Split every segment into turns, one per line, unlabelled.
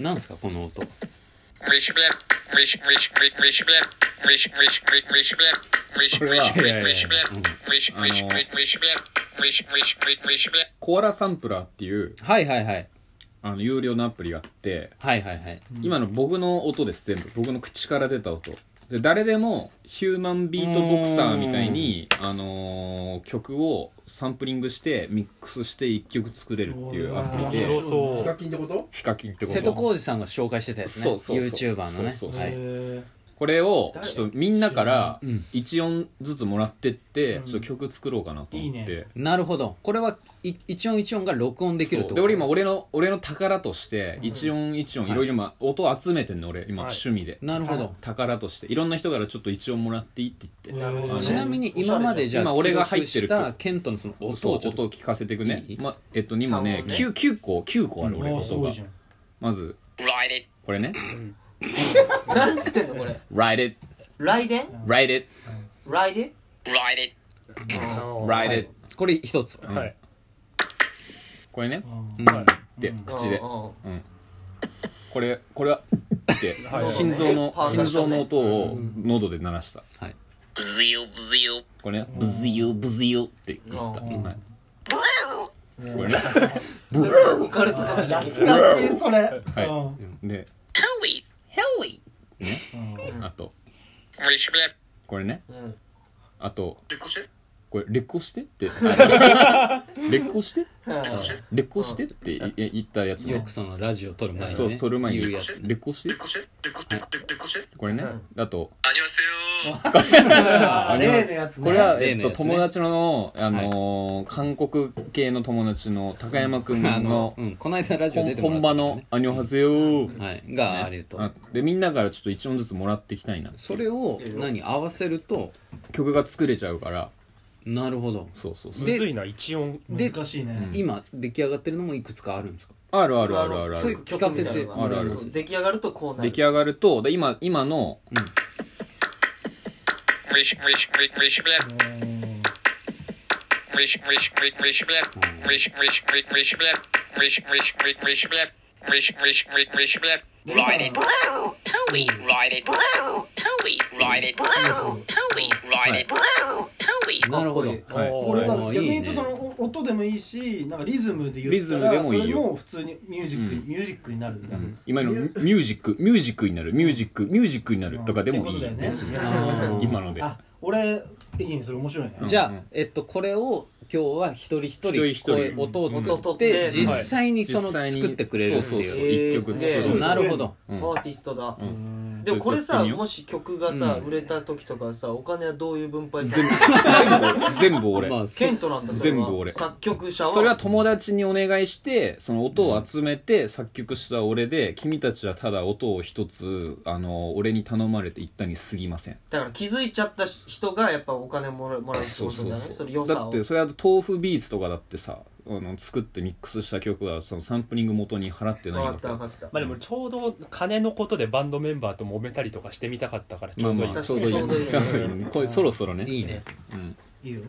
なんすかこの音
Reach black, reach, reach, reach, reach black, reach, reach, reach, reach black, reach, reach, reach, reach black, reach, reach, reach, reach black, reach, reach, reach, reach black.
コアラサンプラーっていう、
はいはいはい
あの、有料のアプリがあって、
はいはいはい
今の僕の音です、全部。僕の口から出た音。で誰でも、ヒューマンビートボクサーみたいに、あのー曲をサンプリングして、ミックスして一曲作れるっていうアプリ
面
で
白、そう
ヒカキンってこと
ヒカキンってこ
瀬戸
と。
康史さんが紹介してたやつね
そうそうそう
YouTuber のね
そうそうそう
はい
へ
これを、ちょっとみんなから
うん
1音ずつもらってって
う、ん
ちょっと曲作ろうかなと思
い
っ
い
て
ね。
なるほどこれはい一音一音が録音できるってこと
そうで俺今俺の俺の宝として
うん
一音一音
はい
いろいろ今音を集めてんの俺今
はい
趣味で
なるほど
宝としていろんな人からちょっと一音もらっていいって
え
言って
なるほどね
ちなみに今までじゃあ
今俺が入ってる
記録したケントのその音をち
音
ょ
を
っと
音を聞かせてくね
いい
まえっと今ね
多分ね
九九個九個ある俺
もうす
音
ご
が
いじゃん
まず
Ride it,
これね
なんつってんのこれ
Ride it
ライデン
Ride it
ライデン
ride it,
は
Ride it
これ一つ
うん
はい
これね
うん
うん
で口で
うんうん
これこれは って
はい
心臓の
パーカッショ
心
ン
臓
ね
の音を喉で鳴らした
はい
zip, zip,
これねブズユブズユって言った
うん
はいこれね
置かれたのやつ
懐かしいそれ
はい
うん
で
howie, howie,
あと
reach black.
これね
うん
あと
Ricochet,
これ「劣行して」っ てあの劣行して
うん
劣行してっていい言ったやつ
よ
ね
くそのラジオ撮る前にね
そう撮る前に
言うやつ
劣行して
ricochet, ricochet, ricochet.
これねあと
안녕하세요.
あ例のやつね
これは
例
えっ
のや
と
つね
友達のあのー韓国系の友達の高山く ん
あの
の
うんこの間ラジオ
本
出てもら
本
った
場
んだよ
の
ね
「アニョハセヨー
はいがあると
あでみんなからちょっと1音ずつもらっていきたいな
それを何合わせると
曲が作れちゃうから
なるほど
そうそうそう
むずいな一音
で
難しいね
今出来上がってるのもいくつかあるんですか
あるあるあるあるあ
そういう
る
聞かせて
曲みたいなのが
あるある
そう出来上がるとこうな
出
る
来上がるとで今今の
Reach, reach, reach, reach black. Reach, reach, reach, reach black. Reach, reach, reach, reach black. Reach, reach, reach, reach black. Reach, reach, reach, reach black. Ride it, howie, ride it, howie, ride it, howie, ride it, howie.
なるほど
かっこ
はい
お
こ
ー
れ
だ
が
から
もういい
逆に
ね
言うとそのお音でもいいしなんかリズムで言
リズ
っ
ム
た
で
ら
も
そ
いい
れ
よ
も普通にミュージックにミュージックになるんだ
今のミュミュージックミュージックになるミュージックミュージックになるとかでもい
っ
い、
てことだよね
あー
今ので
あ俺いいねそれ面白いね
じゃ
うんう
あ
ん、
えっと、これを今日は一人一人
一人一人
声音を
音を
作っ
取
て
って
実際にその
実際に
作ってくれるって
そうそうそう
いう
一
えー
曲
すげえ
作
そう
る
なるほど
うん
アーティストだ
うん
でもこれ
ちょっとやって
さ
みよう
もし曲がさ
うん
売れた時とかさお金はどういう分配す
全
る
部全部全部俺、
まあそ
ケントなんだそれは
全部俺
作曲者は
それは友達にお願いしてその音を集めて作曲した俺で君たちはただ音を一つあの俺に頼まれて言ったに過ぎません
だから気づいちゃった人がやっぱお金もらうもらうって
そ
こ
うそ
とだ
う
ね
そう
それ良
だ
さ
っ
を
てそれは豆腐ビーツとかだってさあの作ってミックスした曲はそのサンプリング元に払ってない
分か
わ
っ
け
た分かった
まあでもちょうど金のことでバンドメンバーと揉めたりとかしてみたかったからち
ま
ょ
あ
うどいい、
まあち
ち
ょ
ょ
う
う
ど
ど
い
いい
いちょうどいい これそろそろね
いいね。
うん
いいよ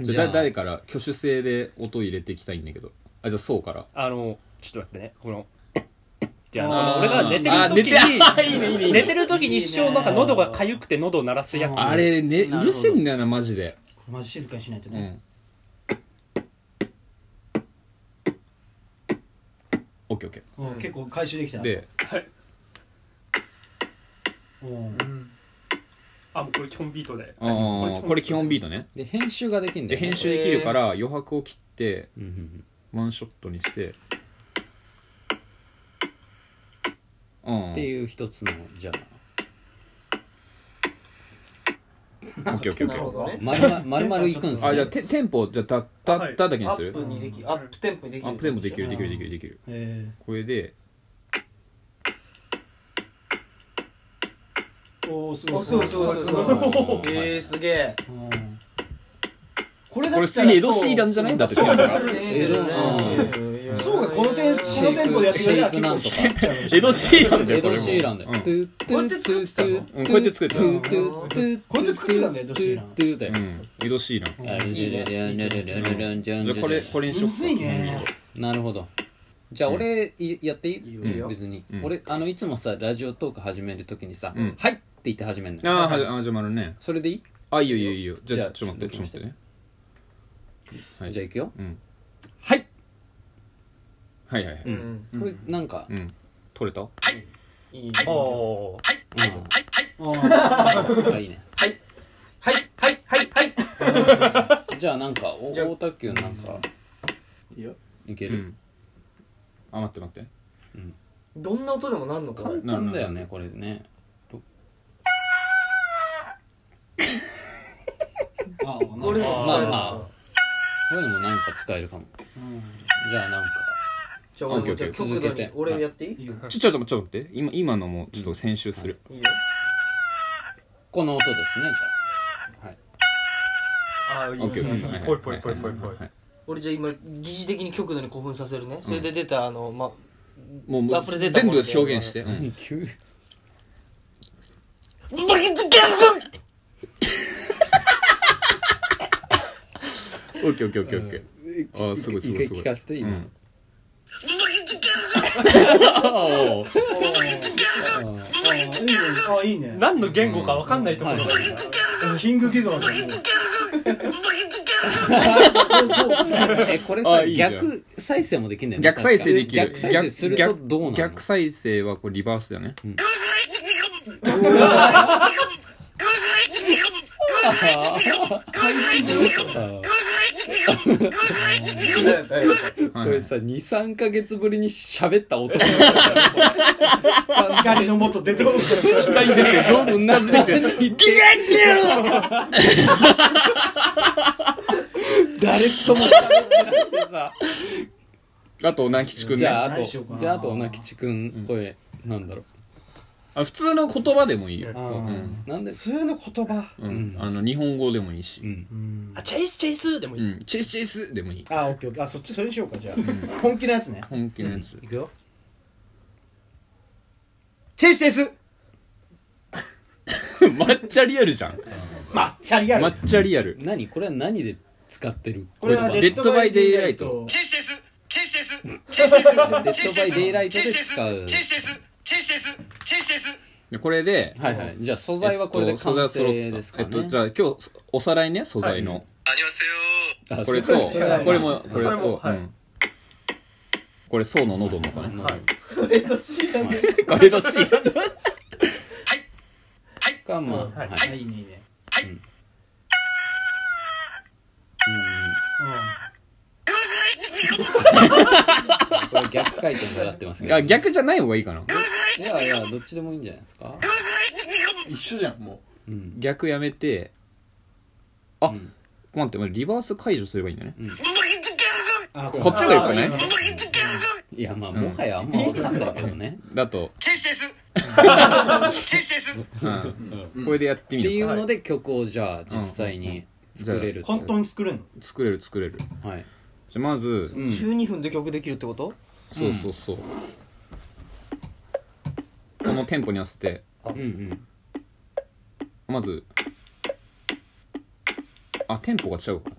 じ
じ
ゃ
ゃあ
あだ誰から挙手制で音入れていきたいんだけどあじゃあそうから
あのちょっと待ってねこのじ
あ
ゃあ
ー
俺が寝てる時
あ
に
いいねいいねいいね
寝てる時に一生なんか喉が痒くて喉を鳴らすやつ
あれねうるせえんだよなマジで
マジ静かにしないと
う、んオッケーオッケ
うん結構回収できた
ーで
あもうこれ基本ビートで
あーこれ基本ビートね
で、編集ができるんだよ
で
ね。
編集できるから余白を切って
うんうん
ワンショットにしてう
うんんっていう一つの、じゃあ、
オッケーオッケーオッケ
なるほ
ー
どね
まるままるまるいくんです
あじゃあ
ね。
テテンポをじゃあたた
はい
ただけに
ア
す
ッ
る
プにできアップテンポにでき
ア
る
ップテンポできる
うん
できるできるできる
え
これで
ー、おおす
おすごいすごいすごいえーすげえ
これ
これすげえ江戸シーランじゃないんだってテンポが
えー
そうかこのテンこ
シ
の
ェイク
テンポでやってくれたら
シェイクなんとか
結構しっちゃうかもしれ
江
ない
戸シーランだよ
エド・シーランだよ。
これもうん
トゥトゥトゥトゥト
うん
ゥ
こうやって作ってたの
トゥトゥ
こうやって作ってたんだよエドシーラン
トゥトゥトゥだよ。
うん江戸シーラン
あれ
いいね
じゃあじゃあじゃあじゃあじゃあじゃあじゃあ
じゃあこれこれにしよっ
むずいね
か
なるほど。じゃあ俺いやっていい
いいよ
別に
うん
俺あのいつもさラジオトーク始めるときにさ
うん
「はい!」って言って始めるのよ
ああーは始まるね
それでいい
あいいよいいよいいよじ
じ
ゃ
ゃ
あ
あ
ちょっと待ってちょっと待ってねはい
じゃあいくよ
うん
はい
はいはいはいううん
ん
これなんか
うん取れた
いい
あ
ね
ー
これいいね
はいはいはいはい
じゃあなんかお
じゃあ
大田急なんか
いいよ
いけ
う
る
んあ待って待って
どんな音でもなんのか
簡単だよねこれね
あ
これ
まあ
使
ま
える
あ
の
こういうのもなんか使えるかもじゃあなんか
じゃあ俺もじゃあ
オッケーオッケー
極度
続け
に
て
俺やっていい
いいよ
ちょちょっと待ってちょっと待って今今のもちょっと編集する
いいよ
この音ですねじゃあはい
あーいい
オッケーオッケーはい
いい
はい
ぽいぽいぽいぽいぽい
はい
俺じゃあ今疑似的に極度に興奮させるねそれで出たあのま
もうも
ラ
う
ップで出た
全部表現してうん
何 急
オッケーオッケーオッケーオッケーあーすごいすごいすごい
一回聞かせて今
うんおー
あいいね
何の言語かわかんないところだ
キングギドラじゃんも
えこれ
あ
さ
いいじゃん
逆再生もできんだよね
逆再生できる
逆再生するとどうなの
逆逆再生はこれリバースだよねはい
こ
は
れ
い
さ23か月ぶりに喋った音
う光のもと出てくる
光出てどんどんなって きて誰とも喋ってなくてさ
あとなきちくん
じ
ね
ゃああ
何しようか
と
な
じゃああとおなきちくん声なんだろ
あ普通の言葉でもいいよ
うそう
うん
なんで
普通の言葉
うんあの日本語でもいいし
うん
あチェイスチェイスでもいい、
うんチェイスチェイスでもいい
あオッケーオッケーあそっちそれにしようかじゃあ本気のやつね
本気のやつ
いくよチェイスチェイス
抹茶リアルじゃ ん
まっちゃリアル
抹茶リアル
何これは何で使ってる
これは
言葉
デッドバイデイライ
デ
ト
デッドバイデイライトで使う
でこれで
はいはいじゃあ素材はこれ
え
で
っと素
完
材は揃った
成ですか
えっと
ね
じゃあ今日おさらいね素材の
あ
これと
そうですね
これもこれ
それも
とう
はい
んこれ層の喉のかね
はい
えっと C だね
ガレドシー
かまあはい
いいねいいね
これ逆回転狙ってますけど
あ逆じゃない方がいいかない
やいやどっちでもいいんじゃないですか
一緒じゃんも
うん
逆やめてあ、
ん
待って待ってリバース解除すればいいんだね、
うあ
こっちがよくない
いやまあもはやあんまわかんないけどね
だと、うんこれでやって
っ
み
てい
る
うので曲をじゃあ実際に作れると
簡単に作れんの
作れる作れる
はい
じゃあまず、
12分で曲できるってこと
そうそうそう、このテンポに合わせて
うんうん
まずあテンポが違うか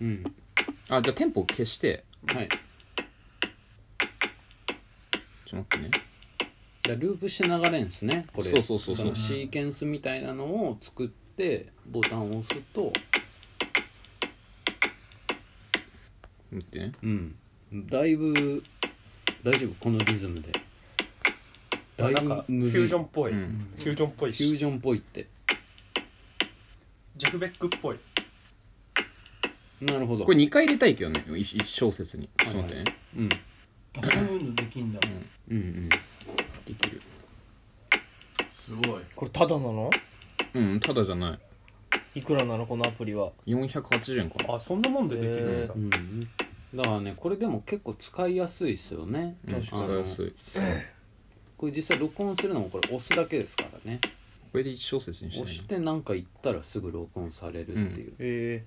うん
あじゃあテンポを消して
はい
ちょっと待ってね
じゃあループして流れんですねこれ
そうそうそうそう
のシーケンスみたいなのを作ってボタンを押すと
待ってね
うんだいぶ大丈夫このリズムでだい
なんか
ぶ
フュ
むず
ー
い
ジ
フ
ョンっぽい、
うん
フュージョンっぽい
ュー
し
ジョンっぽいって
ジャフベックっぽい
なるほど
これ2回入れたいけどね 1, 小節にちょっと待ってね、
うん
あそういうのできんだ
うんうん
できる
すごい
これタダなの
うんただじゃない
いくらなのこのアプリは
480円かな
あそんなもんでできるんだ、
うん、だからねこれでも結構使いやすいですよね、
うん
あの
使いやすい
これ実際録音するのもこれ押すだけですからね
これで1小節にして
押
ね
してなんか言ったらすぐ録音されるっていう、
え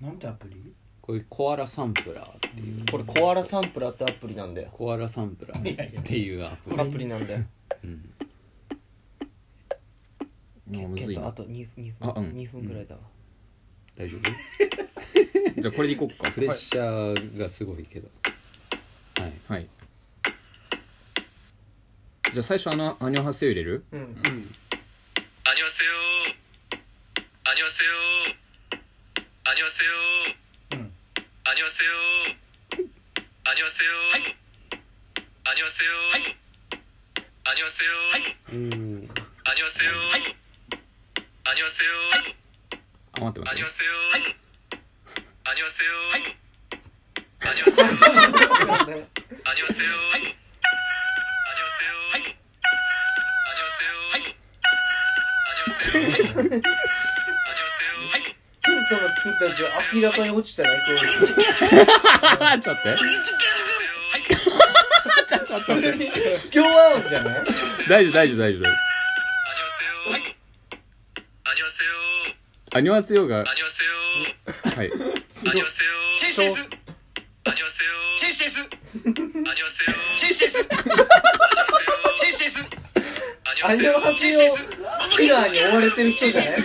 なんてアプリ
これコアラサンプラーっていう
えこれコアラサンプラーってアプリなんだよ
コアラサンプラーっていうアプリ
アプリなんだよ
あむずい
あ
な
と2分
あうん
2分ぐらいだわ
大丈夫
じゃあこれでいこっか
プレッシャーがすごいけどはい
はいじゃあ最初あの「アニョンハセヨ」入れる
うん。
안녕하세요. 안녕하세요. 안녕하세요. 안녕하세요. 안녕하세요. 안녕하세요. 안녕하세요. 안녕하세요. 안녕하세요.
あ待って待って
안녕하세요. 안녕하세요. 안녕하세요. 안녕하세요. 안녕하세요. 안녕하세요. 안녕하세요. 안녕하세요.
ヒントの作った字は明らかに落ちたね、
あちょっと待って
今日は音じゃない
大丈夫大丈夫大丈夫
안녕하세요. 안녕하세요.
「アニョンハセヨ」が
안녕하세요.
はい
안녕하세요. 칠세스. 안녕하세요. 칠세스. 안녕하세요. 칠세스. 안녕하세요. 칠세스.
アニョ
안녕하세요.
ンハセヨキラーに追われてる人じゃない
ち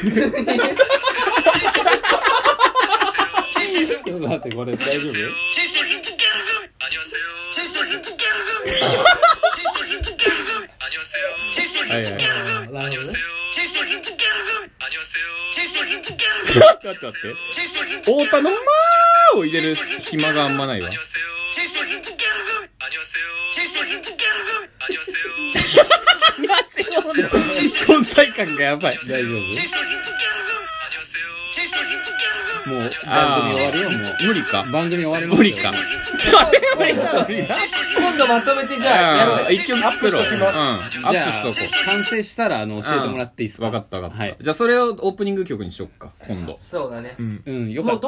ょっと待ってこれ大丈
칠세스. 안녕하세요. 칠세스. 안녕하세요.
はいはい
안녕하세요. 안녕하세요.
ちょっと待って太田の「まー」を入れる暇があんまないわ
안녕하세요. 안녕하세요. 안녕하세요.
存在感がやばい
大丈夫
안녕하세요.
もうあー
終わるよも
無理か
う番組終わりま
無理
す
か
よ
今度まとめてじゃあやろ
あ
う
あ、一曲作ろう。うん。ア
じゃ
ッ
あ
プしとこ
完成したらあの
う。
教えてもらっていいですか
うんわかったわか
は
っ
い
た。じゃあそれをオープニング曲にしよっか、今度。
そうだね
うんよか
も
っ
う
た
どう